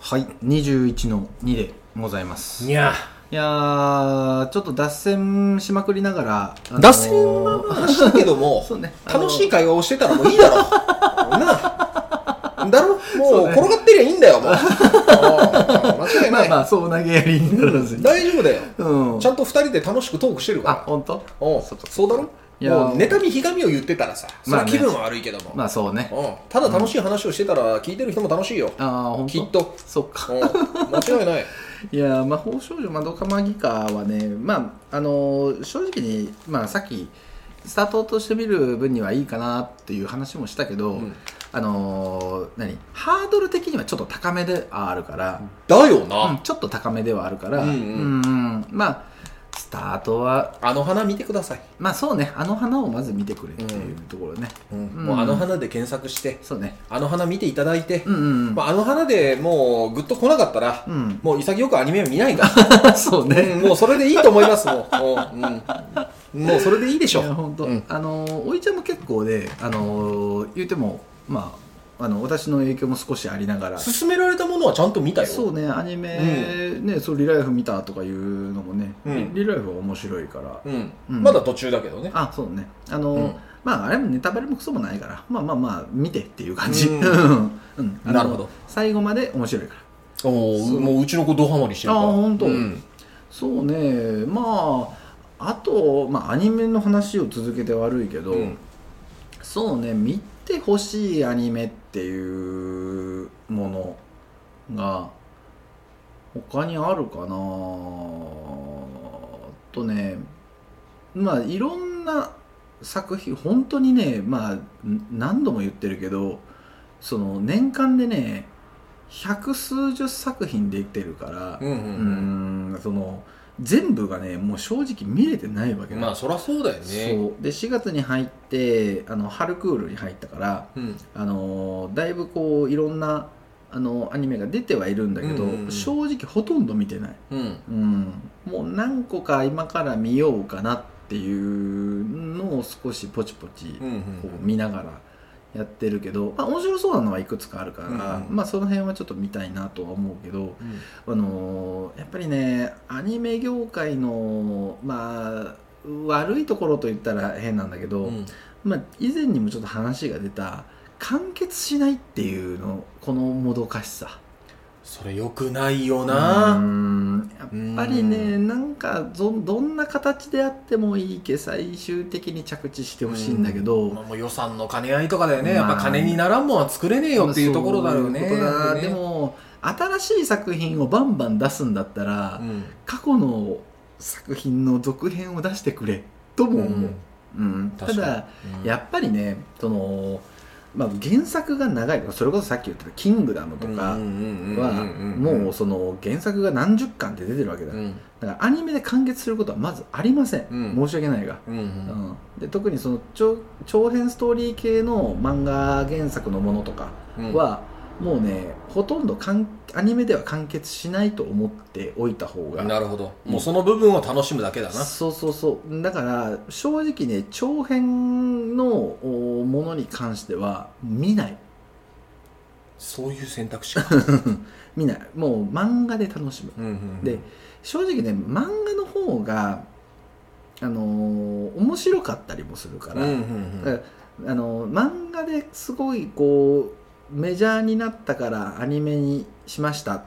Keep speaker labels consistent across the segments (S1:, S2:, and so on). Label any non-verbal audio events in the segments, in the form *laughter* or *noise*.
S1: はい21の2でございますい
S2: にゃ
S1: やーちょっと脱線しまくりながら、あのー
S2: 脱線はまあしたけど
S1: *laughs*
S2: も
S1: そうねあの
S2: 楽しい会話をしてたらもういいだろなあだろも
S1: そう
S2: う
S1: ね
S2: 転がってりゃいいんだよ
S1: *laughs*
S2: もうああ間違い
S1: ま
S2: な
S1: あ
S2: い
S1: まあそう投げやりにならずに
S2: 大丈夫だよ
S1: うん
S2: ちゃんと二人で楽しくトークしてる
S1: あ
S2: から
S1: 本当
S2: おう
S1: そっか
S2: そうだろ
S1: いや
S2: もう妬みひがみを言ってたらさそれ
S1: まあ
S2: は
S1: ね
S2: 気分は悪いけども、
S1: まあそうね
S2: うんただ楽しい話をしてたら聞いてる人も楽しいよ、
S1: ああ本当
S2: きっと
S1: そっか *laughs*
S2: うん間違いない
S1: いやー魔法少女まどかマギカはねまああのー正直にまあさっきスタートとしてみる分にはいいかなっていう話もしたけど、
S2: うん
S1: あのー何ハードル的にはちょっと高めではあるから、
S2: だよな、
S1: うんちょっと高めではあるから、
S2: うんうん
S1: うんまあスタートは
S2: あの花見てください、
S1: まあそうねあの花をまず見てくれっていうところね、
S2: もうあの花で検索して
S1: そうね
S2: あの花見ていただいて、
S1: うんうんうん、
S2: まあ、あの花でもうグッと来なかったら、
S1: うん、
S2: もう潔くアニメを見ないから、
S1: そう
S2: うん
S1: ね、
S2: もう *laughs* それでいいと思いますもう、うんもうそれでいいでし
S1: いや
S2: ょ
S1: 本当、
S2: うん
S1: あのーおいちゃんも結構で、あのー言うてもまああの私の影響も少しありながら
S2: 勧められたものはちゃんと見たよ
S1: そうねアニメ、ねそうリライフ見たとかいうのもね、
S2: うん
S1: リリライフは面白いから、
S2: うん
S1: うん
S2: まだ途中だけどね
S1: あそうねあの、
S2: うん
S1: まああれもネタバレもクソもないからまあまあまあ見てっていう感じ、
S2: う
S1: ん
S2: ん
S1: うんあの
S2: なるほど
S1: 最後まで面白いから
S2: おーもううちの子ドハマりしてるから
S1: あーほんと
S2: うん
S1: そうねまああと、まあ、アニメの話を続けて悪いけど、
S2: うん
S1: そうね見てほしいアニメっていうものが他にあるかなとねまあいろんな作品本当にねまあん何度も言ってるけどその年間でね百数十作品できてるから、
S2: うん
S1: う
S2: うん
S1: ーんその全部がねもう正直見れてないわ
S2: う
S1: け
S2: ん
S1: だ
S2: まあそりゃそうだよね
S1: そうで4月に入ってあの春クールに入ったから、
S2: うん
S1: あのーだいぶこういろんなあのアニメが出てはいるんだけど、
S2: うんうんうん
S1: 正直ほとんど見てない、
S2: うん
S1: うん、もう何個か今から見ようかなっていうのを少しポチポチ
S2: うんう
S1: こうん見ながらやってるけど、まあ、面白そうなのはいくつかあるから、
S2: うんうん
S1: まあ、その辺はちょっと見たいなとは思うけど、
S2: うん
S1: あのーやっぱりねアニメ業界のまあ悪いところと言ったら変なんだけど、
S2: うん
S1: まあ、以前にもちょっと話が出た完結しないっていうのこのもどかしさ
S2: それよくないよ
S1: うー
S2: なん
S1: やっぱりね
S2: う
S1: なんかどどんな形であってもいいけ最終的に着地してほしいんだけど、
S2: まあもう予算の兼ね合いとかだよね、
S1: まあ
S2: やっぱ金にならんもんは作れねえよっていうところだよね
S1: そういうことだ
S2: ね
S1: でも新しい作品をバンバン出すんだったら、
S2: うん
S1: 過去の作品の続編を出してくれとも思う、うんた
S2: 確か
S1: だ
S2: に
S1: やっぱりねその、まあ、原作が長いそれこそさっき言った「キングダム」とかはもうその原作が何十巻って出てるわけだ、
S2: うん
S1: だからアニメで完結することはまずありません、
S2: うん
S1: 申し訳ないが、
S2: うんうん
S1: うんで特にその長長編ストーリー系の漫画原作のものとか
S2: うん
S1: は、もうねほとんどかんアニメでは完結しないと思っておいた方が
S2: なるほど
S1: うん
S2: もうその部分を楽しむだけだな
S1: そうそうそうだから正直ね長編のおものに関しては見ない
S2: そういう選択
S1: *laughs*
S2: 肢か
S1: 見ないもう漫画で楽しむ
S2: うんうん
S1: で正直ね漫画の方があのー面白かったりもするか
S2: うん
S1: ら、
S2: うんう
S1: だ
S2: ん
S1: からあのー漫画ですごいこうメジャーになったからアニメにしましたっ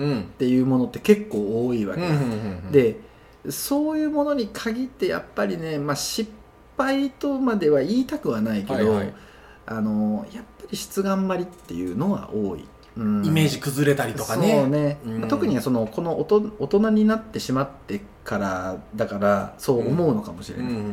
S2: うん
S1: ていうものって結構多いわ
S2: う
S1: け、
S2: んうんうんうん
S1: でそういうものに限ってやっぱりね、まあ、失敗とまでは言いたくはないけど、
S2: はいはい
S1: あのやっぱり質頑張りっていうのは多い、うん
S2: イメージ崩れたりとか
S1: そう
S2: ね
S1: ね、
S2: うん
S1: まあ特にそのこの大人大人になってしまってからだからそう思うのかもしれ
S2: う
S1: ない、
S2: んうん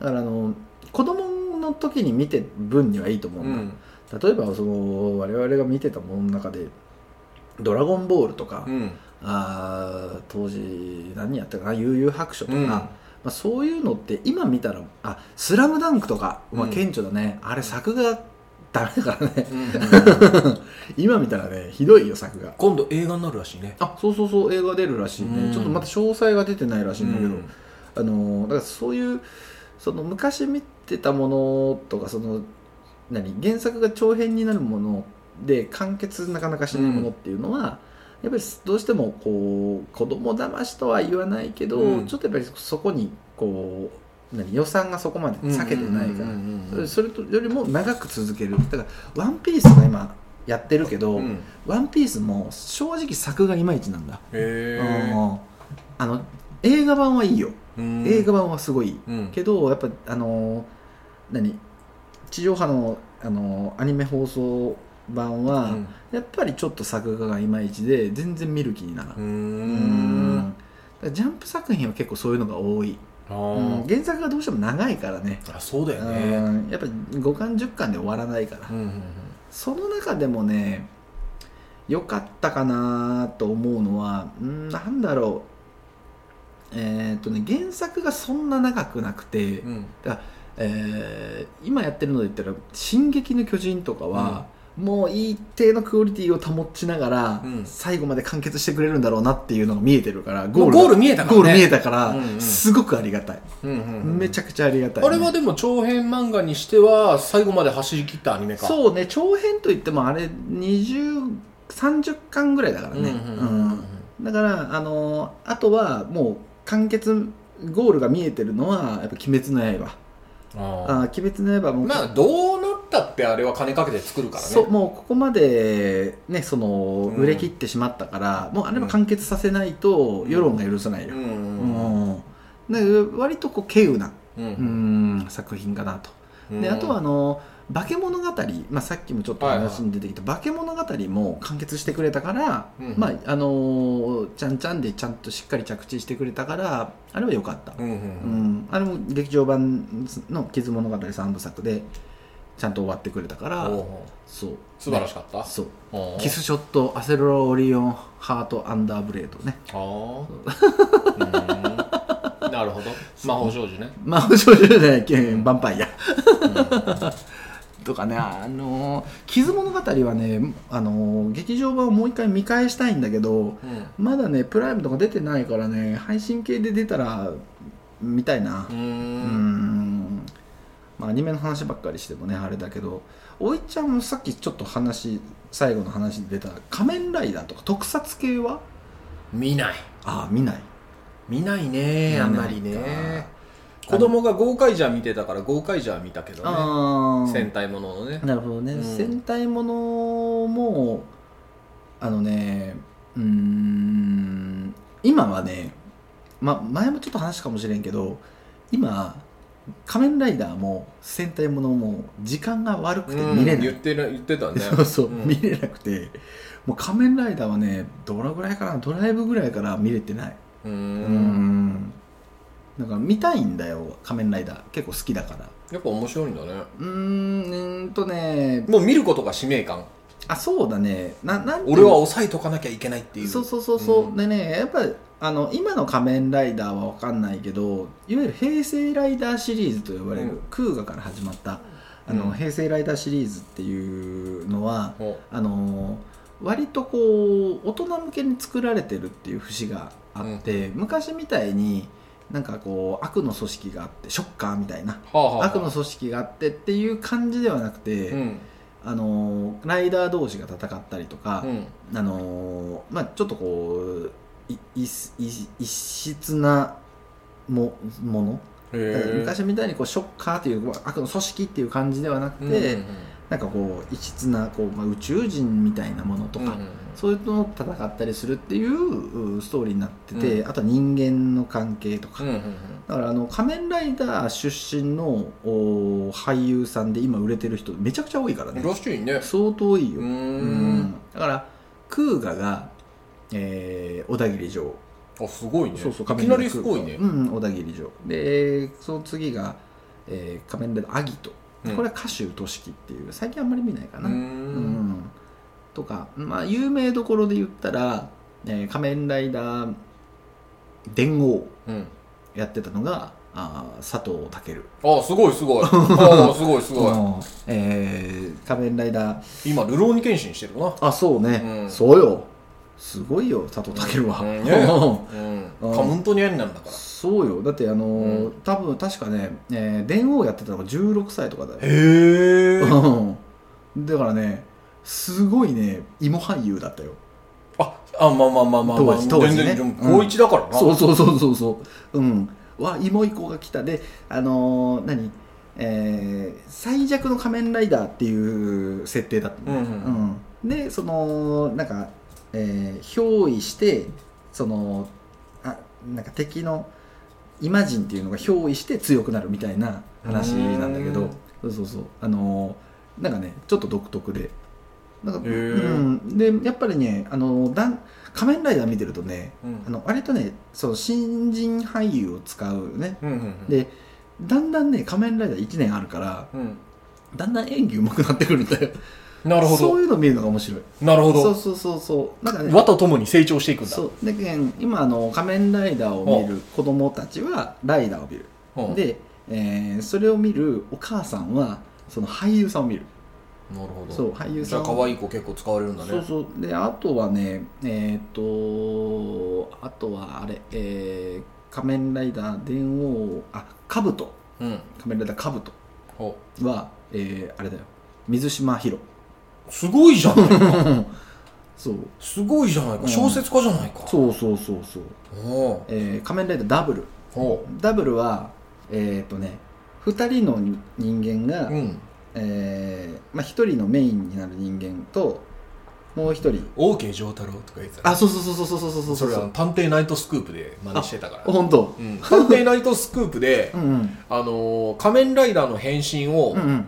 S1: だからあの子供の時に見てる分にはいいと思う
S2: うん
S1: だ、
S2: ん
S1: 例えばその我々が見てたものの中で「ドラゴンボール」とか、
S2: うん
S1: あー当時何やったかな「悠々白書」とか、
S2: うん
S1: まあ、そういうのって今見たら「あスラムダンクとか、まあ、
S2: うん
S1: 顕著だね、あれ作画ダメだからね *laughs*
S2: うんうん
S1: 今見たらねひどいよ作画
S2: 今度映画になるらしいね
S1: あそうそうそう映画出るらしいね、
S2: うん
S1: ちょっとまた詳細が出てないらしいんだけど、
S2: うん
S1: あのーだからそういうその昔見てたものとかその何原作が長編になるもので完結なかなかしないものっていうのは、やっぱりどうしてもこう子供騙しとは言わないけど、
S2: うん
S1: ちょっとやっぱりそこにこう何予算がそこまで避けてないから、それとよりも長く続けるだから「ワンピースが今やってるけど「
S2: うん
S1: ワンピースも正直作がいまいちなんだ、
S2: へ
S1: うんあの映画版はいいよ、
S2: ー
S1: 映画版はすごいいい
S2: うん
S1: けどやっぱあのー何地上波の、あのーアニメ放送版は、
S2: うん
S1: やっぱりちょっと作画がいまいちで全然見る気にならん
S2: うー
S1: うん
S2: ん
S1: だからジャンプ作品は結構そういうのが多い、
S2: あ
S1: うん
S2: ー
S1: 原作がどうしても長いからね
S2: あそうだよね
S1: うんやっぱ5巻10巻で終わらないから、
S2: うんうん
S1: その中でもね良かったかなと思うのはうんなんだろうえーっとね原作がそんな長くなくて、
S2: うんうん
S1: えー今やってるので言ったら「進撃の巨人」とかは、もう一定のクオリティを保ちながら、
S2: うん
S1: 最後まで完結してくれるんだろうなっていうのが見えてるからゴール
S2: ゴール見えたからね
S1: ゴール見えたから、
S2: うんうん
S1: すごくありがたい、
S2: うんうん
S1: めちゃくちゃありがたい、
S2: あれはでも長編漫画にしては最後まで走り切ったアニメかう
S1: そうね長編といってもあれ2030巻ぐらいだから
S2: ん
S1: ね、
S2: うんうんうん
S1: うんだから、あのーあとはもう完結ゴールが見えてるのはやっぱ「鬼滅の刃」
S2: あ
S1: あー鬼滅の刃
S2: ー
S1: も
S2: まあどうなったってあれは金かけて作るからね
S1: そうもうここまで、ね、その
S2: うん
S1: 売れ切ってしまったから、もうあれは完結させないと
S2: うん
S1: 世論が許さないうよ、
S2: んう
S1: うんんで割とこう稀有な、
S2: う
S1: うんん、作品かなと、
S2: うん
S1: であとはあの「化け物語」まあ、さっきもちょっと話に出てきた「化け物語」も完結してくれたから、
S2: うん
S1: まああのーちゃんちゃんでちゃんとしっかり着地してくれたからあれは良かった、
S2: うんう
S1: うんん、あれも劇場版の「傷物語」3部作でちゃんと終わってくれたか
S2: お
S1: ら
S2: ー
S1: そう
S2: 素晴らしかった
S1: そう
S2: おー
S1: キスショットアセロラオリオンハートアンダーブレードね
S2: あーうんなるほど魔法少女ね
S1: 魔法 *laughs* 少女じゃないけんヴァンパイア
S2: うん
S1: とかねあのー「傷物語」はねあのー劇場版をもう一回見返したいんだけどまだねプライムとか出てないからね配信系で出たら見たいな
S2: う
S1: うんんまあアニメの話ばっかりしてもねあれだけどおいちゃんもさっきちょっと話最後の話で出た「仮面ライダー」とか特撮系は
S2: 見ない
S1: ああ見ない
S2: 見ない
S1: 見ない
S2: ね
S1: か
S2: あんまりね子供がゴーカイジャー見てたからゴーカイジャー見たけどね
S1: ああ
S2: 戦隊もののね
S1: なるほどね、
S2: うん
S1: 戦隊ものもあのねうーん今はね、ま、前もちょっと話したかもしれんけど今仮面ライダーも戦隊ものも時間が悪くて見れ
S2: うん
S1: ない、
S2: 言ってる言ってたね
S1: *laughs* そうそう、
S2: ん
S1: 見れなくてもう仮面ライダーはねどのぐらいかなドライブぐらいから見れてないううんんだから見たいんだよ仮面ライダー結構好きだから
S2: やっぱ面白いんだね
S1: うーんうーんとね
S2: もう見ることが使命感
S1: あそうだねななんていう
S2: 俺は抑えとかなきゃいけないっていう
S1: そうそうそうそう、
S2: うん
S1: でねやっぱあの今の「仮面ライダー」は分かんないけどいわゆる「平成ライダー」シリーズと呼ばれる、
S2: うん
S1: 空河から始まったあの、
S2: うん
S1: 平成ライダー」シリーズっていうのは
S2: お
S1: あの割とこう大人向けに作られてるっていう節があって、昔みたいになんかこう悪の組織があってショッカーみたいな
S2: はあはあはあ
S1: 悪の組織があってっていう感じではなくて、
S2: うん
S1: あのライダー同士が戦ったりとか、
S2: うん
S1: あのーまあちょっとこういいい異質なももの、
S2: へー
S1: 昔みたいにこうショッカーという悪の組織っていう感じではなく
S2: うん
S1: て、なんかこう異質なこう、まあ、宇宙人みたいなものとか、
S2: うんうん
S1: そういうのと戦ったりするっていううストーリーになってて、
S2: う
S1: あとは人間の関係とか、
S2: うんうん
S1: だからあの仮面ライダー出身のお俳優さんで今売れてる人めちゃくちゃ多いから
S2: う
S1: ね
S2: んらしいねう
S1: 相当多いよ、
S2: ー
S1: うん
S2: ん
S1: だから空ガが、えー小田切城
S2: あすごいね
S1: そうそう
S2: いきなりすごいね
S1: うんうん小田切城でえーその次が、えー仮面ライダーアギト、これは歌手俊樹っていう最近あんまり見ないかな、
S2: うー
S1: うん
S2: ん
S1: とかまあ有名どころで言ったら、えー仮面ライダー伝王
S2: うん
S1: やってたのがあー佐藤健
S2: あすごい
S1: *laughs*
S2: すごいあすごいすごい
S1: うんえー仮面ライダー
S2: 今流浪に剣心してるな
S1: あそうね、
S2: うん
S1: そうよすごいよ佐藤健は、
S2: うんね
S1: *laughs* うん
S2: う
S1: う
S2: ん
S1: ん
S2: カムントニャンなんだから
S1: そうよだってあのー
S2: うん
S1: 多分確かね、えー、電王やってたのが16歳とかだよ、
S2: へえ
S1: うんだからねすごいね芋俳優だったよ
S2: ああまあまあまあまあ、まあ、
S1: 当時当時ね
S2: 全然でも高一だからな、
S1: そうそうそうそうそううんわイモイコが来たであのー何えー最弱の仮面ライダーっていう設定だったの
S2: うんう
S1: うんん、でそのなんか、えー憑依してそのあなんか敵のイマジンっていうのが憑依して強くなるみたいな話なんだけ
S2: う
S1: ど
S2: ん
S1: そうそうそうあのーなんかねちょっと独特でなんか、
S2: へー
S1: うん、でやっぱりねあのだん仮面ライダー見てるとね
S2: うん
S1: あの割とねその新人俳優を使うね
S2: うんうん
S1: でだんだんね仮面ライダー1年あるから
S2: うん
S1: だんだん演技上手くなってくるんだよ
S2: なるほ
S1: そう
S2: ど
S1: いうの見るのが面白い
S2: なるほ
S1: そう
S2: ど
S1: そうそうそうなんかね
S2: 和とともに成長していくんだ
S1: そうでけん今あの仮面ライダーを見る子供たちはライダーを見る、
S2: うん
S1: で、えーそれを見るお母さんはその俳優さんを見る
S2: なるほど
S1: そう俳優
S2: じ
S1: さ
S2: ゃ
S1: ん
S2: あ
S1: を
S2: 可愛い子結構使われるんだね
S1: そうそうであとはねえっ、とあとはあれ、えー仮面ライダー電王あカブト
S2: うん
S1: 仮面ライダーカブト
S2: お
S1: は、えーあれだよ水島ヒロ
S2: すごいじゃないか
S1: そう
S2: すごいじゃない
S1: うん
S2: か小説家じゃないか
S1: そうそうそうそう、
S2: おう
S1: えー仮面ライダーダブル
S2: おう
S1: ダブルはえーっ、とね2人の人間が、
S2: うん
S1: えーまあ、1人のメインになる人間ともう1人
S2: OK 丈太郎とか言ってた
S1: あ
S2: ね
S1: そうそうそうそうそうそうそう
S2: それ
S1: そ
S2: は
S1: う
S2: 探偵ナイトスクープで真似してたから
S1: 本当
S2: うん探偵ナイトスクープで
S1: うんうん
S2: あのー仮面ライダーの変身を
S1: うんうん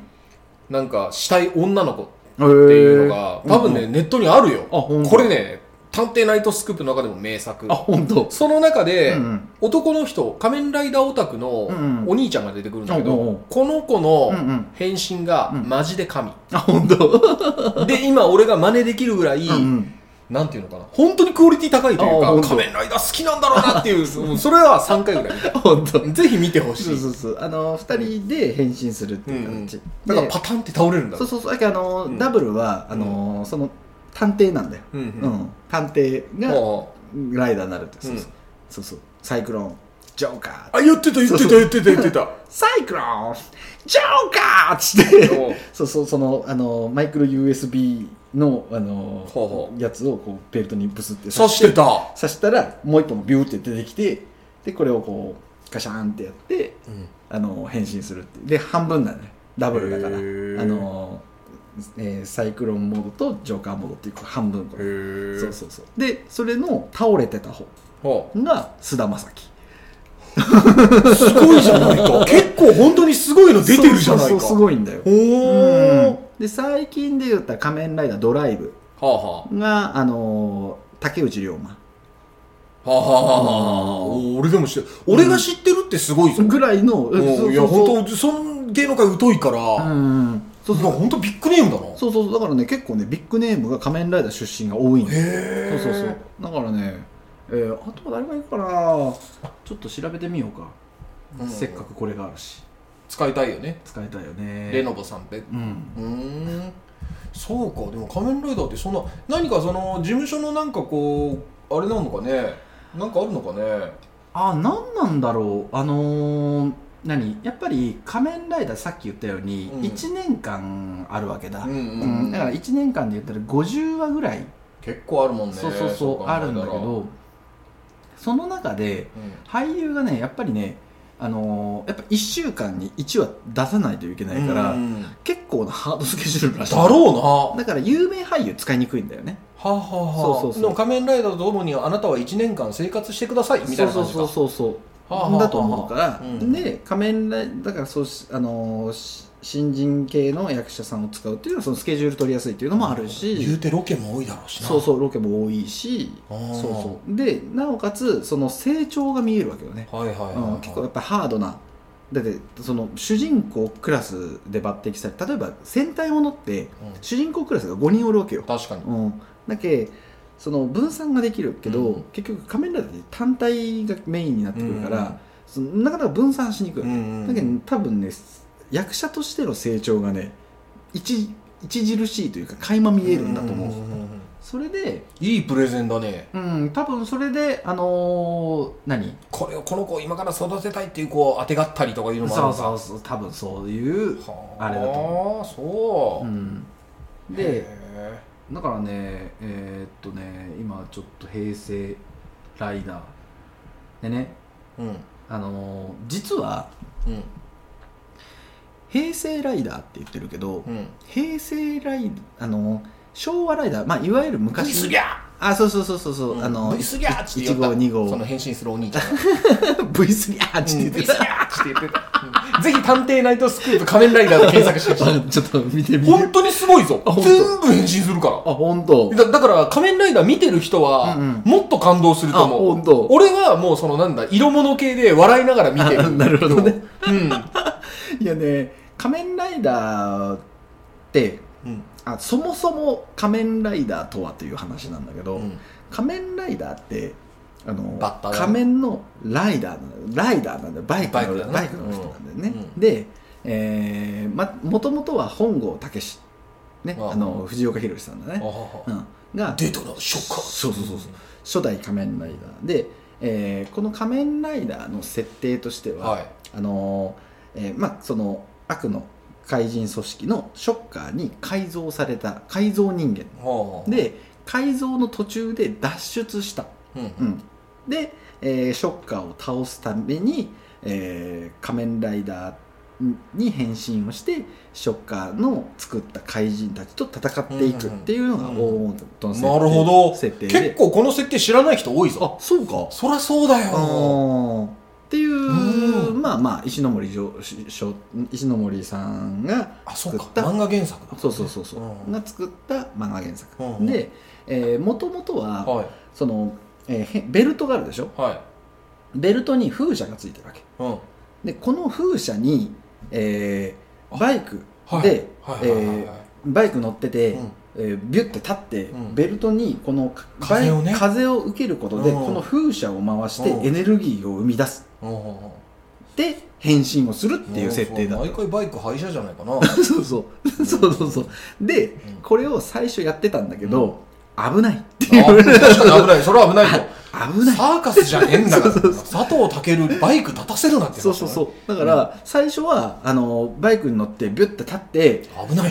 S2: なんかしたい女の子っ
S1: え
S2: て
S1: ー
S2: いうのが多分ね
S1: うん
S2: ネットにあるよ
S1: あ本当
S2: これね探偵ナイトスクープの中でも名作
S1: あ本当
S2: その中で
S1: うんうん
S2: 男の人仮面ライダーオタクの
S1: うんうん
S2: お兄ちゃんが出てくるんだけど、
S1: おうおう
S2: この子
S1: うんう
S2: の
S1: ん
S2: 変身が
S1: うん
S2: マジで
S1: *laughs*
S2: 神、
S1: あ本当
S2: で今俺が真似できるぐらい、
S1: うん
S2: なんていうのかな本当にクオリティ高いという
S1: あ本
S2: か
S1: 当
S2: 仮面ライダー好きなんだろうなっていう
S1: *laughs*
S2: そそれは3回ぐらい見た
S1: 本当
S2: ぜひ見てほし
S1: そう
S2: い
S1: そうそうあの2人で変身するっていう形
S2: だから
S1: で
S2: パタンって倒れるんだ
S1: そ
S2: ろ
S1: うそうそうだけどあの、
S2: うん
S1: ダブルはあの、その探偵なんだよ、
S2: う、うん
S1: うん探偵が
S2: も
S1: ライダーになるって、
S2: う
S1: そうそうそうそうサイクロンジョーカー
S2: あ言ってた言ってた言ってた言ってた
S1: サイクロンジョーカーっつって
S2: おう
S1: そうそうそのあのマイクロ USB のあの
S2: ほうほ
S1: やつをこうベルトにブスって
S2: 刺してた、
S1: 刺したらもう一本ビューって出てきてでこれをこうガシャーンってやってあの変身するっていうで半分だねダブルだから
S2: へー
S1: あの、えーサイクロンモードとジョーカーモードっていうこれ半分これ
S2: へえ
S1: そうそうそうでそれの倒れてた方が菅田将暉
S2: すごいじゃな
S1: *laughs*
S2: いか結構本当にすごいの出てるじゃないか
S1: そうそうそうすごいんだよ
S2: おー
S1: うんで最近で言ったら仮面ライダードライブ
S2: はあは
S1: が、あのー竹内涼真
S2: あはあはあはあ
S1: う
S2: おー俺でも知ってる俺が知ってるってすごいぞ、
S1: ぐらいの
S2: おーいや本当その芸能界疎いから、
S1: 当う
S2: い
S1: んそう
S2: や
S1: そう
S2: 本当ビッグネームだな
S1: そうそうだからね結構ねビッグネームが仮面ライダー出身が多いんだよ
S2: へ
S1: そ
S2: え
S1: うそうそうだからね、えーあとは誰がいいかなちょっと調べてみようか、
S2: うん
S1: せっかくこれがあるし
S2: 使いたいよね、
S1: 使いたいよね
S2: レノボさんって
S1: うん
S2: うーんそうかでも仮面ライダーってそんな何かその事務所のなんかこうあれなのかねなんかあるのかね
S1: あ何なんだろうあのー何やっぱり仮面ライダーさっき言ったように
S2: うん
S1: 1年間あるわけだ、
S2: うんうん
S1: うん
S2: うん
S1: だから1年間で言ったら50話ぐらい、
S2: 結構あるもんね
S1: そうそうそう
S2: 考えたら
S1: あるんだけ
S2: うん
S1: どその中で俳優がねやっぱりねあのーやっぱ1週間に1話出さないといけないから、
S2: うんうん
S1: 結構なハードスケジュールらしい
S2: だろうなは
S1: だから有名俳優使いにくいんだよね
S2: あはあはあ
S1: そうそうそう
S2: でも仮面ライダーとともにあなたは1年間生活してくださいみたいな
S1: そ
S2: 感
S1: う
S2: じか
S1: そうそうそう
S2: はあはあはあ
S1: だと思うから、
S2: うん
S1: で仮面ライだからそうしあのーし新人系の役者さんを使うっていうのはそのスケジュール取りやすいっていうのもある
S2: 言う
S1: して
S2: ロケも多いだろうしな
S1: そうそうロケも多いし
S2: あー
S1: そうそうでなおかつその成長が見えるわけよね、
S2: はいはいはい、
S1: う
S2: はい
S1: ん、結構やっぱハードなだってその主人公クラスで抜擢され例えば戦隊ものって
S2: うん
S1: 主人公クラスが5人おるわけよ
S2: 確かに
S1: うん、だけその分散ができるけど、
S2: うん
S1: 結局仮面ライダーって単体がメインになってくるから、
S2: うん
S1: そのなかなか分散しにくい、
S2: ん
S1: だけど多分ね役者としての成長がね一著しいというか垣間見えるんだと思う、
S2: んんんん
S1: それで
S2: いいプレゼンだね
S1: うん多分それであのー何
S2: これをこの子を今から育てたいっていう子をあてがったりとかいうのもある
S1: そ
S2: の
S1: う
S2: か
S1: そうそう多分そういう、
S2: は
S1: あれだと
S2: そうう、
S1: ん、
S2: へ
S1: で
S2: え
S1: だからねえーっっとね今ちょっと平成ライダーでね
S2: うん
S1: あのー実は
S2: うん
S1: 平成ライダーって言ってるけど、
S2: うん
S1: 平成ライあの昭和ライダー、まあ、いわゆる
S2: 昔
S1: 昔
S2: すぎゃ
S1: あそうそうそうそうそう、あの
S2: V すぎゃーっつっ
S1: 1
S2: て言った
S1: 号2号
S2: その変身するお兄ちゃんが
S1: V すぎゃーっつって言って
S2: うん V すぎゃーっつって言ってたうんぜひ探偵ナイトスクープ仮面ライダーで検索して
S1: *laughs*
S2: ほしい
S1: た、あちょっと見てみる
S2: 本当にすごいぞ
S1: あ本当
S2: 全部変身するから
S1: あ本当
S2: だだから仮面ライダー見てる人は
S1: うん
S2: もっと感動すると
S1: あ
S2: 思う、
S1: 本当
S2: 俺はもうそのなんだ色物系で笑いながら見て
S1: あ
S2: る
S1: なるほどね
S2: うん、
S1: いやね仮面ライダーって
S2: うん
S1: あそもそも仮面ライダーとはという話なんだけど、仮面ライダーってあの
S2: バッタだね
S1: 仮面のライダーなんだライダーなんだよバイク
S2: バイ
S1: の
S2: ク
S1: バ
S2: だ
S1: イ
S2: ね
S1: クの人なんだよね、
S2: うんうん
S1: で、えーま、もともとは本郷武史、ね、
S2: ああ
S1: あの藤岡弘さんだ
S2: あ
S1: ね、
S2: あ
S1: うん、が
S2: デートのショッカー
S1: そうそうそうそう初代仮面ライダーで、えーこの仮面ライダーの設定としては、
S2: はい
S1: あのーえーまあその悪の怪人組織のショッカーに改造された改造人間
S2: はあ、
S1: で改造の途中で脱出した、
S2: うん
S1: うん、で、えーショッカーを倒すために、えー仮面ライダーに変身をしてショッカーの作った怪人たちと戦っていくっていうのが
S2: う
S1: 大
S2: ん
S1: 本の設定,、
S2: なるほど
S1: 設定で
S2: 結構この設定知らない人多いぞ
S1: あそうか
S2: そりゃそうだ
S1: あ
S2: よ
S1: ーっていう、
S2: うん
S1: まあまあ石ノ森上ししょ石ノ森さんが
S2: あそうか
S1: 作った
S2: 漫画原作だ
S1: そうそうそうそう、
S2: うん
S1: が作った漫画原作、
S2: うん
S1: で、えー、元々は、
S2: はい
S1: その、えーへベルトがあるでしょ
S2: はい
S1: ベルトに風車がついてるわけ
S2: うん
S1: でこの風車に、えー
S2: あ
S1: バイク
S2: はい
S1: で
S2: はいはいはい
S1: えー
S2: はい
S1: バイク乗ってて、
S2: うん
S1: えービュッて立って、
S2: うん
S1: ベルトにこのか
S2: 風を
S1: バ
S2: ね
S1: イク風を受けることで、
S2: うん
S1: この風車を回して
S2: うん
S1: エネルギーを生み出す
S2: うんうんうん
S1: で変身をするっていう設定だ
S2: も
S1: っ
S2: う
S1: た
S2: そう毎回バイク廃車じゃない
S1: *laughs*
S2: かな
S1: そうそうそうそうそうでこれを最初やってたんだけど、危ないって
S2: あ
S1: いう
S2: 確かに危ないそれは危ないよ
S1: *laughs* 危ない
S2: サーカスじゃねえんだから佐藤健バイク立たせるなって話
S1: そうそうそうだから、最初はあのバイクに乗ってビュッて立って
S2: 危ない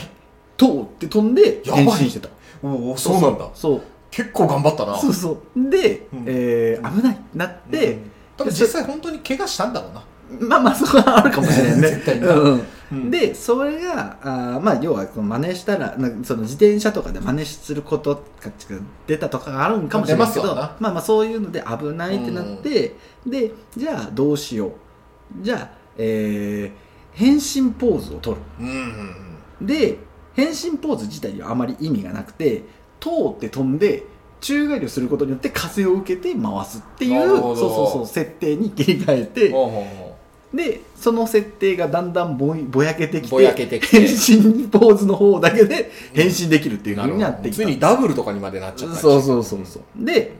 S1: 通って飛んで
S2: やばい
S1: 変身してた
S2: おおそうなんだ
S1: そう
S2: 結構頑張ったな
S1: そうそうで、
S2: うん
S1: えー危ないなっ
S2: う
S1: て、
S2: ん多分実際本当に怪我したんだろうな
S1: まあまあそこはあるかもしれないね
S2: *laughs* 絶対にな
S1: うん
S2: うん
S1: でそれがあーまあ要はこの真似したらなんかその自転車とかで真似することが出たとかがあるんかもしれないけど
S2: 出ますよ
S1: ま
S2: な
S1: あまあそういうので危ないってなって、でじゃあどうしようじゃあ、えー変身ポーズを取る
S2: うんうん
S1: で変身ポーズ自体にはあまり意味がなくて通って飛んで宙返りをすることによって風を受けて回すってい
S2: な
S1: う
S2: る
S1: そ
S2: ほ
S1: う
S2: ど
S1: そうそう設定に切り替え
S2: うん
S1: て
S2: ほうほうほ
S1: でその設定がだんだんぼいぼやけて
S2: う
S1: き
S2: ぼや
S1: て
S2: けてき
S1: 変 *laughs*
S2: て
S1: 身ポーズの方だけで変身できるっていう
S2: な
S1: 風
S2: る
S1: に
S2: ほ
S1: な
S2: ど
S1: ってき
S2: つ
S1: た、
S2: いにダブルとかにまでなっちゃったりして
S1: そうそうそうそうで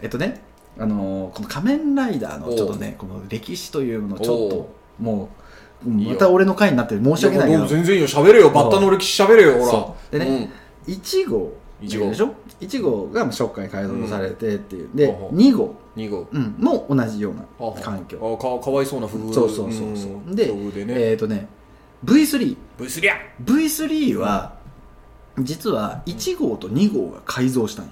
S1: えっとねあのーこの仮面ライダーのちょっとねこの歴史というのをちょっ
S2: お
S1: ともう
S2: いいよ
S1: また俺の回になって申し訳ないけ
S2: や
S1: ど
S2: もう全然いいよ喋れよバッタの歴史喋れよほ
S1: そう
S2: ら
S1: でね
S2: うん
S1: 1号
S2: 一号
S1: でしょ1号がまあショッカーに改造されてっていう、で
S2: ほうほう
S1: 2号、
S2: 二号
S1: うん、も同じよう
S2: あは
S1: な環境
S2: あかかわいそうな不遇
S1: そうそうそうそうんで
S2: 境遇でね
S1: えっ、ー、とね V3V3
S2: V3 や
S1: は実は1号と2号が改造したんよ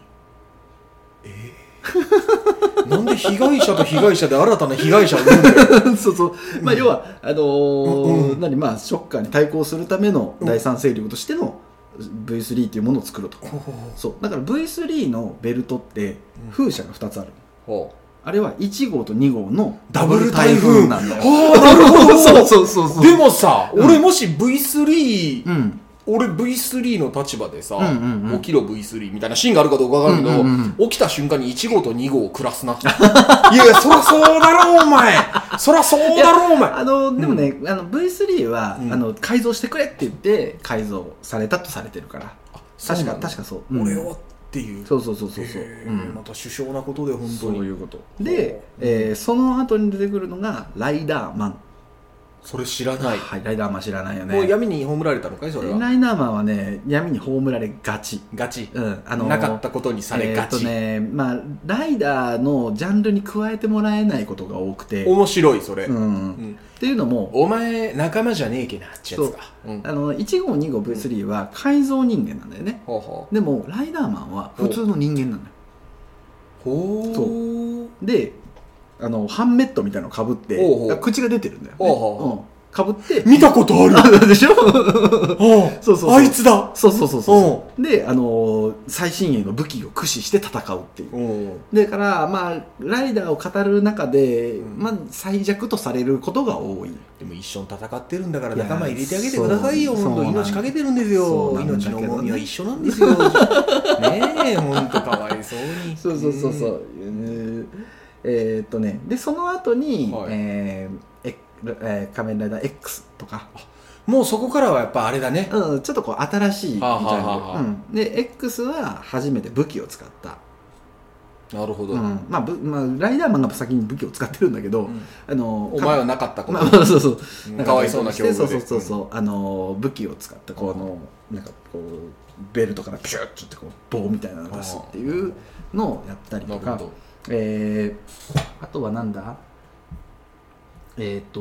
S2: なんで被害者と被害者で新たな被害者を生ん *laughs* だよ
S1: *laughs* そうそうまあ要はあのー
S2: うんうん
S1: 何まあショッカーに対抗するための第三勢力としての V3 っていうものを作ろうと
S2: ほうほうほう
S1: そうだから V3 のベルトって風車が2つある
S2: ほ
S1: あれは1号と2号の
S2: うダブル台風
S1: なんだよ
S2: はあなるほど
S1: そうそうそうそう。
S2: でもさ、
S1: うん
S2: 俺もし V3、
S1: うん。
S2: 俺 V3 の立場でさ、
S1: うんうんうん
S2: 起きろ V3 みたいなシーンがあるかどうかわかるけど、
S1: うんうん
S2: 起きた瞬間に1号と2号を暮らすな。 *laughs* いやいや、そらそうだろ、お前そらそうだろ、お前
S1: あの、でもね、あの V3 は、
S2: うん
S1: あの改造してくれって言って改造されたとされてるから。確か、確
S2: か
S1: かそう。うん
S2: 俺はっていう。
S1: そうそうそうそうそう。
S2: へえ
S1: うん
S2: また首相なことで、本当
S1: そう
S2: に。
S1: いうこと。で、えーその後に出てくるのがライダーマン。
S2: それ知らない、
S1: はい、ライダーマン知らないよね
S2: もう闇に葬られたのかいそれは
S1: ライダーマンはね闇に葬られがち、
S2: ガチ、
S1: うん、あの
S2: なかったことにされがち、
S1: えーとねまあ、ライダーのジャンルに加えてもらえないことが多くて、
S2: 面白いそれ、
S1: う、
S2: うんん
S1: っていうのも
S2: お前仲間じゃねえけなってやつかうん
S1: あの1号2号 V3 は改造人間なんだよね
S2: ほうほ
S1: でもライダーマンは普通の人間なんだよ
S2: うほう
S1: そであのハンメットみたいなのかぶって
S2: おうお
S1: だ
S2: う
S1: から口が出てるんだよ、ね
S2: おうおうおう
S1: うん、かぶ
S2: *laughs*
S1: って
S2: 見たこと
S1: *laughs*
S2: ある
S1: あでしょ
S2: あ
S1: そうそうそう
S2: あいつだ
S1: そうそうそうそうであの最新鋭の武器を駆使して戦うっていう
S2: うん
S1: だからまあライダーを語る中で、
S2: うん
S1: まあ、最弱とされることが多い
S2: でも一緒に戦ってるんだから
S1: いや
S2: 仲間入れてあげてくださいよ
S1: そう
S2: 本当
S1: そうなん
S2: 命かけてるんです
S1: そ
S2: よ
S1: うなんだけど
S2: 命の
S1: ね
S2: 重みは一緒なんですよねえ本当かわいそうに
S1: そうそうそうそう、うんえーっとねでその後に、
S2: はい
S1: えーええー仮面ライダー X」とか、
S2: うんもうそこからはやっぱあれだね
S1: うん、ちょっとこう新しいみたいな、
S2: はあはあはあはあ
S1: うん、で X は初めて武器を使った、
S2: なるほど、
S1: うんまあぶまあ、ライダーマンが先に武器を使ってるんだけど、
S2: うん
S1: あの
S2: お前はなかったこ
S1: まあまあそうそう
S2: と、かわいそうな境遇で
S1: そうそうそうそう、あの武器を使ってこのなんかこうベルトからピューッてこう棒みたいなのを出すっていうのをやったり
S2: うんな
S1: と
S2: るほ
S1: か
S2: ど
S1: えー、あとはなんだえっ、ー、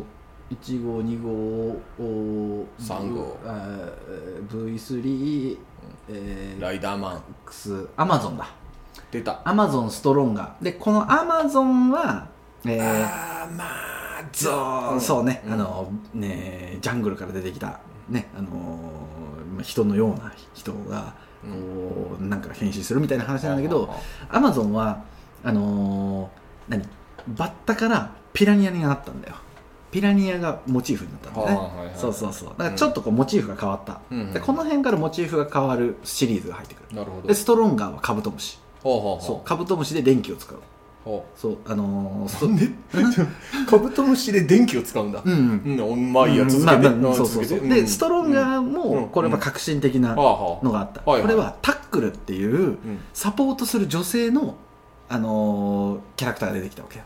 S1: と1号2号お
S2: 三号
S1: あー V3 えー、
S2: ライダーマン
S1: X アマゾンだ
S2: 出た
S1: アマゾンストロンガーでこのアマゾンはえー
S2: あーまあ
S1: ゾ
S2: ゾ
S1: ー
S2: ー
S1: ン
S2: ン
S1: そうね、
S2: うん
S1: あのねジャングルから出てきたねあのーまあ人のような人が
S2: うん
S1: こう、なんか変身するみたいな話なんだけど、
S2: はあは
S1: アマゾンはあのー何バッタからピラニアになったんだよピラニアがモチーフになったんだね、
S2: はあはいはい
S1: そうそうそうだからちょっとこうモチーフが変わった、
S2: うんうん
S1: でこの辺からモチーフが変わるシリーズが入ってく
S2: あ
S1: る
S2: なるほど
S1: でストロンガーはカブトムシ
S2: ほうほうほう
S1: そうカブトムシで電気を使う
S2: ほ
S1: そうあのースト
S2: うカブトムシで電気を使うんだ
S1: うんうん
S2: うんうまいや続けて
S1: うんまあまあそうそうそうでストロン
S2: ー
S1: ガー
S2: うん
S1: もこれは革新的な
S2: はあはあ
S1: のがあった、
S2: はい
S1: こ
S2: はい
S1: れはタックルっていう
S2: うん
S1: サポートする女性の、あのーキャラクターが出てきたわけよ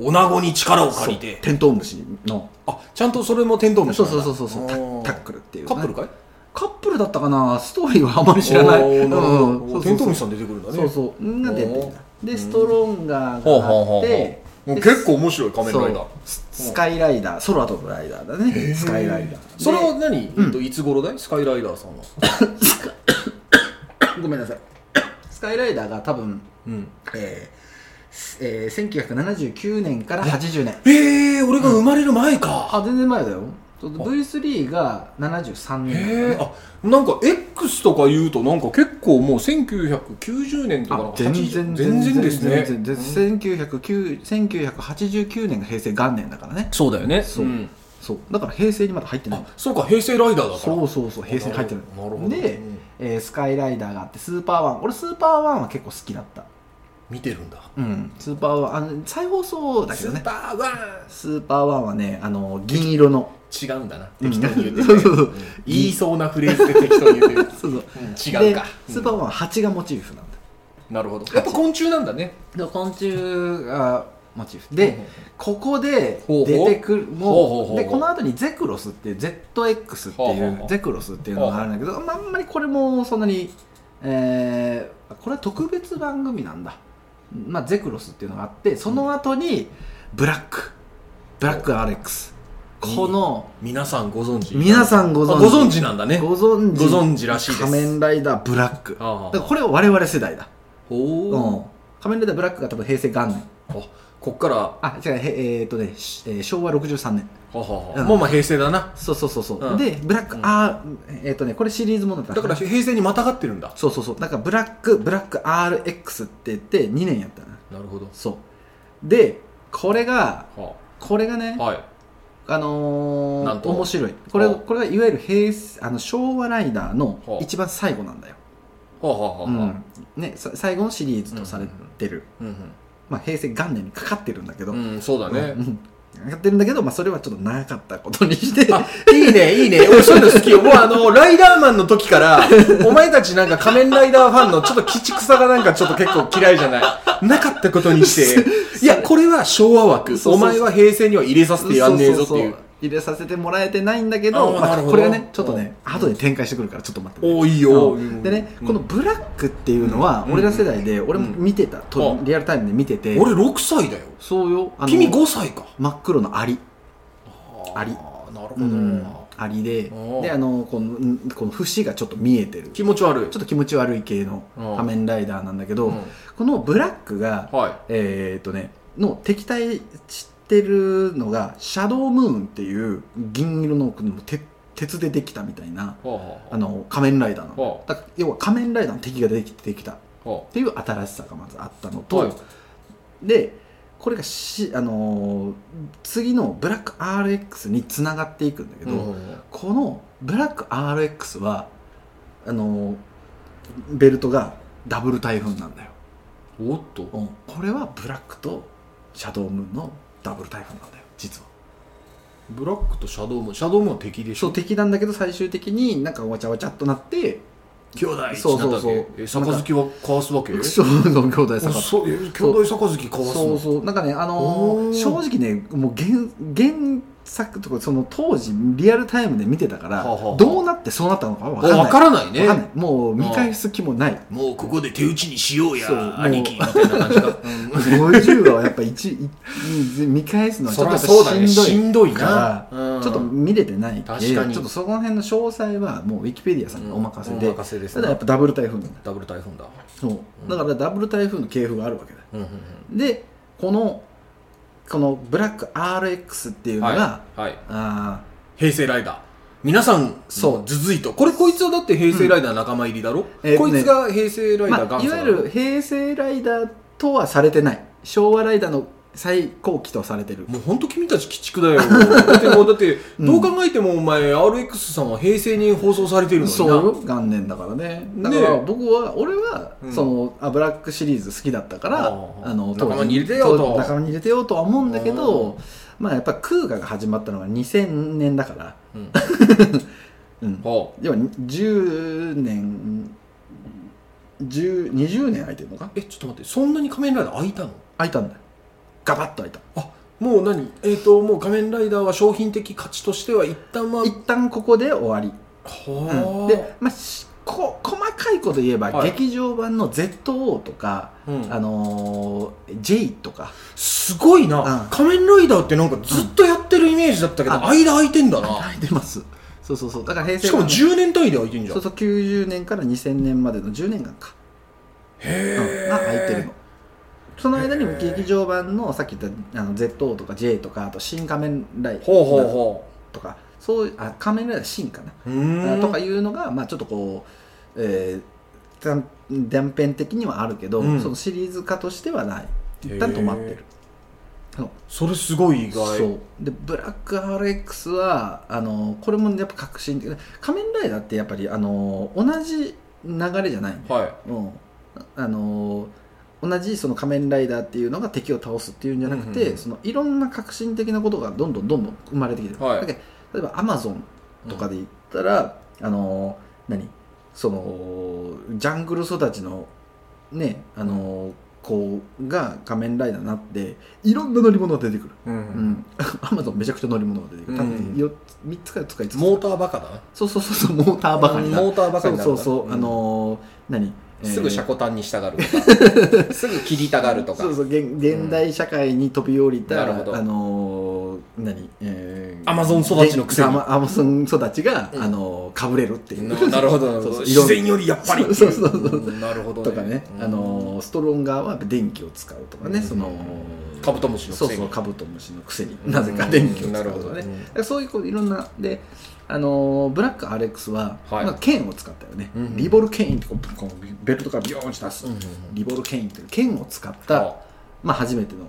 S2: 女子に力を借り
S1: そう
S2: て
S1: テントウムシの
S2: あちゃんとそれもテントウムシ
S1: そ
S2: な
S1: うんそ
S2: だ
S1: うそうそうそうタ
S2: おー
S1: タックルっていう、
S2: カップルかい
S1: カップルだったかなストーリーはあまり知らない
S2: おーなる
S1: う
S2: ほど
S1: んそうそうそう
S2: テントウムシさん出てくるんだね
S1: そうそうが出てきた
S2: う
S1: で
S2: ん
S1: ストロンガー
S2: ほう
S1: が
S2: ほ
S1: あ
S2: うほうほ
S1: っ
S2: う
S1: て
S2: もう
S1: で
S2: 結構面白い仮面ライダー
S1: そうススカイライダー空飛ぶライダーだねスカイライダー
S2: それは
S1: で
S2: 何、えっといつ頃だいスカイライダーさんは
S1: ごめんなさい *coughs* スカイライダーが多分
S2: うん
S1: えーえー1979年から80年
S2: ええ俺が生まれる前か、
S1: あ全然前だよちょっと V3 が73年だよ
S2: へえ
S1: ね
S2: あなんか X とか言うとなんか結構もう1990年とかなんか
S1: 全
S2: 80
S1: 然
S2: 全然ですね
S1: 全然全然1909 1989年が平成元年だからね
S2: そうだよね
S1: そうんそうだから平成にまだ入ってない
S2: あそうか平成ライダーだから
S1: そうそうそう平成に入ってる
S2: なるほど
S1: で
S2: うん、
S1: えースカイライダーがあってスーパーワン俺スーパーワンは結構好きだった
S2: 見てるんだ
S1: うんスーパーワンあの再放送だけどね
S2: パーワン
S1: スーパーワンはねあの銀色の
S2: 違うんだな
S1: うん
S2: 適当に言って
S1: *laughs* そうそうそう
S2: 言いそうなフレーズで適当に言ってる
S1: そうそう
S2: うん違うか
S1: でスーパーワンは蜂がモチーフなんだ
S2: なるほどやっぱ昆虫なんだね
S1: で昆虫がモチーフで、
S2: うん
S1: ここで
S2: ほうほ
S1: 出
S2: う
S1: てくる
S2: ほうほう
S1: も
S2: ほ
S1: う
S2: う
S1: でこの後にゼクロスっていう ZX って
S2: ほう
S1: い
S2: ほう
S1: う
S2: ほう
S1: ゼクロスっていうのがあるんだけど、まあ、あんまりこれもそんなに、えーこれは特別番組なんだ、まあ、ゼクロスっていうのがあってその後にブラックブラック RX
S2: うん
S1: この
S2: 皆さんご存知
S1: 皆さんご存知
S2: あご存知なんだね
S1: ご存知
S2: ご存知らしいです
S1: 仮面ライダーブラックだ
S2: ああ
S1: からこれは我々世代だ、うん
S2: ほ、
S1: 仮面ライダーブラックが多分平成元年
S2: うあこっからは
S1: あ違うへえーっとね、しえー昭和63年
S2: はは
S1: うん
S2: もうまあ平成だな
S1: そうそうそうそう、
S2: うん
S1: でブラック、
S2: うん
S1: あーえーっとねこれシリーズものだった
S2: だから平成にまたがってるんだ
S1: そうそうそうだからブラックブラック RX って言って2年やったな
S2: なるほど
S1: そうでこれが
S2: は
S1: これがね
S2: あはい
S1: あのー
S2: なんと
S1: 面白いこれ
S2: はあ
S1: これがいわゆる平成あの昭和ライダーの
S2: はあ
S1: 一番最後なんだよ、
S2: はあはあはあ
S1: うんね、さ最後のシリーズとされてる、
S2: うん
S1: まあ、平成元年にかかってるんだけど、
S2: うんうんそうだね
S1: うんかかってるんだけど、まあ、それはちょっと長かったことにして
S2: あいいね、いいね。俺、そういうの好きよ。もうあの、ライダーマンの時から、お前たちなんか仮面ライダーファンのちょっと鬼畜さがなんかちょっと結構嫌いじゃない。なかったことにして。いや、これは昭和枠
S1: そうそうそう
S2: お前は平成には入れさせてやんねえぞってい
S1: そ
S2: う
S1: そそ入れさせてもらえてないんだけど
S2: あ
S1: ま
S2: ーな
S1: あ、
S2: るほど
S1: これがねちょっとね、
S2: うん
S1: 後で展開してくるからちょっと待って、ね、
S2: おーいい
S1: あ
S2: よ
S1: のでね、
S2: うん
S1: このブラックっていうのは
S2: うん
S1: 俺ら世代で俺も見てた、と
S2: うん
S1: リアルタイムで見てて、
S2: 俺6歳だよ
S1: そうよあの
S2: 君5歳か
S1: 真っ黒のアリアリ
S2: ーなるほ
S1: う
S2: ど、
S1: んアリで
S2: お
S1: であのこのんこの節がちょっと見えてるち
S2: 気持ち悪い
S1: ょっと気持ち悪い系の
S2: うん
S1: 仮面ライダーなんだけど、
S2: うん
S1: このブラックが
S2: は
S1: えーっとねの敵対してるのがシャドームーンっていう銀色の鉄鉄でできたみたいない
S2: はあ
S1: あの仮面ライダーなの
S2: は
S1: だから要は仮面ライダーの敵ができてきたっ
S2: あは
S1: ていう新しさがまずあったの
S2: あ
S1: と、
S2: はい
S1: でこれがし、あのー次のブラック RX につながっていくんだけど、
S2: うん
S1: このブラック RX はあのーベルトがダブル台風なんだよ、
S2: おっと
S1: うんこれはブラックとシャドームーンのダブル台風なんだよ実は
S2: ブラックとシャドウムーンシャドウムーンは敵でし
S1: そ
S2: ょ
S1: う敵なんだけど最終的になんかわちゃわちゃっとなって
S2: 兄弟ってなったわけ
S1: そうそうそう
S2: え杯は交わすわけ
S1: そうそう兄弟
S2: あ
S1: さか
S2: そうえ兄弟杯交わす
S1: そう
S2: の
S1: そうなんかねあのー
S2: おー
S1: 正直ねもう原原作とかその当時リアルタイムで見てたから、
S2: はあはあはあ
S1: どうなってそうなったのかわかんない
S2: わからない
S1: わ
S2: ね
S1: かんないもう見返す気もない
S2: もうここで手打ちにしよう
S1: そうもう
S2: や兄貴みたいな感じか
S1: 50はやっぱ一一見返すのはちょっとやっぱしんどい
S2: んどい
S1: か
S2: うん
S1: ちょっと見れてないんで
S2: 確
S1: ちょ
S2: か
S1: っ
S2: に
S1: とそこの辺の詳細はもうウィキペディアさんにお任せで、
S2: お任せです
S1: た
S2: ね
S1: だやっぱダブル台風なんだ
S2: ダブル台風だ
S1: そうだからダブル台風の系譜があるわけだよ
S2: うんうん
S1: でこのこのブラック RX っていううんのが、
S2: はいはい
S1: あー
S2: 平成ライダー皆さん
S1: そう
S2: ずずいとこれこいつはだって平成ライダー仲間入りだろ、
S1: えーと
S2: こ
S1: ね
S2: いつが平成ライダー
S1: ま
S2: 元
S1: あ、
S2: 祖
S1: い
S2: だ
S1: わ
S2: ろ
S1: ゆる平成ライダーとはされてない昭和ライダーの最高期とされてる
S2: もう本当君たち鬼畜だよだって
S1: *laughs*
S2: もうだって
S1: うん
S2: どう考えてもお前 RX さんは平成に放送されてるのにな
S1: そうよ元年だからねだから
S2: ね
S1: 僕は俺は、
S2: うん
S1: そのあブラックシリーズ好きだったから
S2: ああ
S1: あの
S2: 仲間に入れてよと
S1: 当仲間に入れてよとは思うんだけ
S2: う
S1: どまあやっぱ空ガが始まったのが2000年だから、
S2: うん
S1: うん、
S2: はあ
S1: 要は10年10 20年空いてるのか
S2: えちょっと待ってそんなに仮面ライダー空いたの
S1: 空いたんだよガバッと空いた
S2: あもう何えっ、ともう仮面ライダーは商品的価値としては一旦は
S1: 一旦ここで終わり
S2: はあ、
S1: で、まあ、しこ細かいこと言えば、
S2: はい
S1: 劇場版の ZO とか、
S2: うん
S1: あのー J とか
S2: すごいな、
S1: うん
S2: 仮面ライダーってなんかずっとやってるイメージだったけど、
S1: うん
S2: 間空いてんだな
S1: 入ってますそうそうそうだから平成
S2: しかも
S1: 版の
S2: 10年単位で空いてんじゃん
S1: そうそう90年から2000年までの10年間か、
S2: へ
S1: うん
S2: え
S1: が空いてるのその間にも
S2: へー
S1: 劇場版のさっき言ったあの ZO とか J とかあと「新仮面ライダー」
S2: ほうほうほ
S1: とかそういうあ仮面ライダー新かな
S2: ううーん
S1: とかいうのが、まあ、ちょっとこう、えー断断片的にはあるけど、
S2: うん
S1: そのシリーズ化としてはない一旦止まってる
S2: それすごい意外
S1: そうでブラック RX はあのこれもやっぱ革新的な仮面ライダーってやっぱりあの同じ流れじゃないんだよ、
S2: は
S1: うん、あの同じその仮面ライダーっていうのが敵を倒すっていうんじゃなくて、
S2: うんうんうん
S1: そのいろんな革新的なことがどんどんどんどん生まれてきてる、
S2: はい
S1: だけど例えばアマゾンとかで言ったら、あの何そのジャングル育ちのねあの子が仮面ライダーになっていろんな乗り物が出てくる、
S2: い、
S1: う
S2: う
S1: んん、 *laughs* アマゾンめちゃくちゃ乗り物が出てくる多
S2: う
S1: 分
S2: ん
S1: よ3つから使いつつ
S2: モーターバカだな
S1: そうそうそうそうモーターばかりな
S2: モーターバカ
S1: そ
S2: に
S1: う
S2: な
S1: そ
S2: るん
S1: う
S2: だ
S1: そう、
S2: ん
S1: あのー何
S2: すぐ車
S1: 庫
S2: 庫端に従うと
S1: *laughs*
S2: かすぐ切りたがるとか
S1: そうそう現現代社会に飛び降りた、
S2: うんなるほど
S1: あのー何えー
S2: Amazon 育ちのくせに
S1: でアマアマゾン育ちが、
S2: うん
S1: あのー被れるっていう
S2: ななるほどなるほ
S1: そうそ
S2: ど
S1: う
S2: 自然よりやっぱりってい
S1: そうそうそうそ
S2: んなるほど、ね、
S1: とかね、
S2: うん
S1: あのーストロンガーは電気を使うとかね、
S2: うん
S1: その
S2: カブトムシのくせ
S1: そ
S2: に
S1: うそうカブトムシのくせになぜか電気を
S2: うん
S1: 使
S2: な
S1: う
S2: る
S1: と
S2: ほど
S1: かね、
S2: ね、うん
S1: でそういうこういろんなであのーブラックアレックスは、
S2: はい
S1: まあ、剣を使ったよね、
S2: うん
S1: リボルケインってこうこうベルトからビヨーンと出す、
S2: うんうんうん
S1: リボルケインっていう剣を使った、
S2: あ
S1: まあ、初めての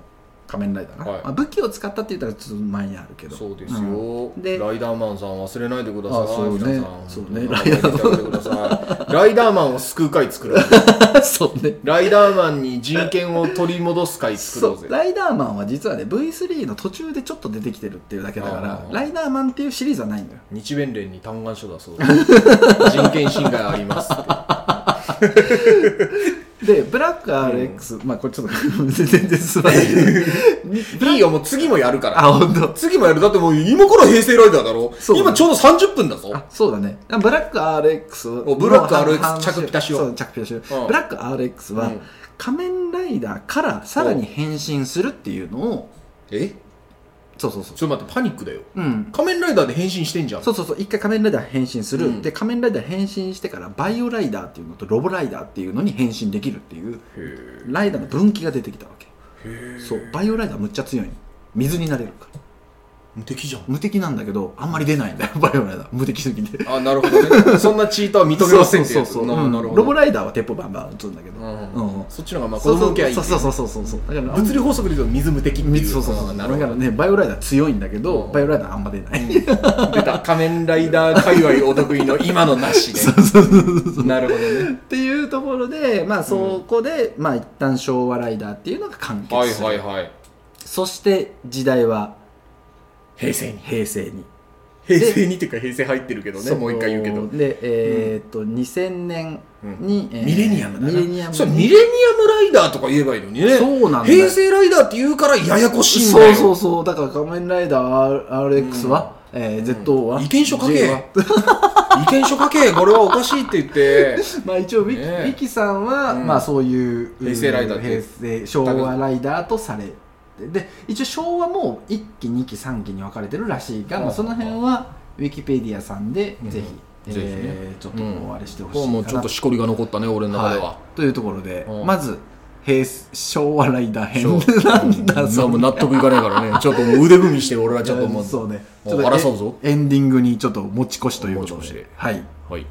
S1: 仮面ライダーな、
S2: はい
S1: まあ、武器を使ったって言ったらちょっと前にあるけど
S2: そうですよ、
S1: ん *laughs* で
S2: ライダーマンさん忘れないでください
S1: あそうね
S2: 皆さん
S1: そうね
S2: ライダーマンライダーマンを救う会作ろう
S1: *laughs* そうね
S2: ライダーマンに人権を取り戻す会作ろ
S1: そう
S2: ぜ
S1: うライダーマンは実はね V3 の途中でちょっと出てきてるっていうだけだか
S2: あ
S1: ら
S2: ー
S1: ライダーマンっていうシリーズはないんだよ
S2: 日弁連に
S1: *laughs*
S2: 嘆願書だそうです人権侵害ありますって
S1: でブラック RX、まあこれちょっと全然す
S2: *laughs*
S1: まないけど
S2: いいよ、もう次もやるから。
S1: あ本当
S2: 次もやる。だってもう今頃平成ライダーだろ。
S1: そう
S2: 今ちょうど30分だぞ。
S1: あそうだねブラック RX
S2: おブラック
S1: の
S2: RX
S1: 話
S2: 着ピタしよう
S1: そう着ピタしよう
S2: うん
S1: ブラック RX は、
S2: うん
S1: 仮面ライダーからさらに変身するっていうのを
S2: え
S1: そうそうそう
S2: ちょっと待って、パニックだよ。
S1: うん
S2: 仮面ライダーで変身してんじゃん。
S1: そうそうそう一回仮面ライダー変身する、
S2: うん
S1: で仮面ライダー変身してからバイオライダーっていうのとロボライダーっていうのに変身できるっていう
S2: へー
S1: ライダーの分岐が出てきたわけ
S2: へえ。
S1: そうバイオライダーむっちゃ強いの水になれるから
S2: 無敵じゃん。
S1: 無敵なんだけどあんまり出ないんだよ *laughs* バイオライダー無敵すぎて
S2: あ、なるほどね。
S1: *laughs*
S2: そんなチートは認めませんって
S1: そ
S2: や
S1: う
S2: つ。
S1: そうそうそう、
S2: な
S1: うん
S2: なるほ
S1: ロボ
S2: ど。
S1: ライダーは鉄砲バンバン撃つんだけど、
S2: うん
S1: うん
S2: そっちの方がまあ子供向けはいい。
S1: そうそうそうそうそうそうだから
S2: 物理法則で言うと水無敵っていう。
S1: そうそうそう
S2: な
S1: だか
S2: る
S1: *laughs*
S2: ほ
S1: ら
S2: ど。
S1: ねバイオライダー強いんだけど、
S2: うん
S1: バイオライダーあんま出ない、
S2: 出た仮面ライダー界隈お得意の今のなしで。なるほど
S1: *laughs*
S2: ね。
S1: っていうところでまあそこで、まあ一旦昭和ライダーっていうのが完結
S2: はい
S1: する、
S2: はいはい。
S1: そして時代は
S2: 平成に。
S1: 平成に
S2: 平成にっていうか平成入ってるけどね。もう一回言うけど。
S1: でえーっと2000年に、えー
S2: ミレニアムだな。
S1: ミレニアム
S2: そうミレニアムライダーとか言えばいいのにね。
S1: そうなんだよ
S2: 平成ライダーって言うからややこしいんだ
S1: そ
S2: よ。
S1: うそうそうだから仮面ライダー RX は、えー、ZO は、
S2: 意見書書け
S1: J は
S2: 意見書書けこれはおかしいって言って。
S1: *laughs* まあ一応ウィキ,、
S2: ねえ
S1: ウィキさんは、
S2: うん
S1: まあそういう
S2: 平成ライダーって
S1: 平成昭和ライダーとされてで一応昭和も1期2期3期に分かれてるらしいが、
S2: うん
S1: まあ、その辺はウィキペディアさんで
S2: うん
S1: ぜひ、
S2: ぜひね
S1: えーちょっと
S2: うん
S1: おあれしてほし
S2: こう
S1: い
S2: も
S1: か
S2: う
S1: な
S2: ちょっとしこりが残ったね、俺の中では。
S1: はい、というところで、
S2: うん
S1: まず平成昭和ライダー編
S2: そう
S1: なんだ
S2: そ
S1: そ
S2: も
S1: の
S2: う納得いかないからね。ちょっともう腕踏みして俺はちょっともう。
S1: そうね
S2: もう争うぞ
S1: ちょっとエンエンディングにちょっと持ち越しということ
S2: 持ち越し
S1: で
S2: で
S1: はい
S2: はい。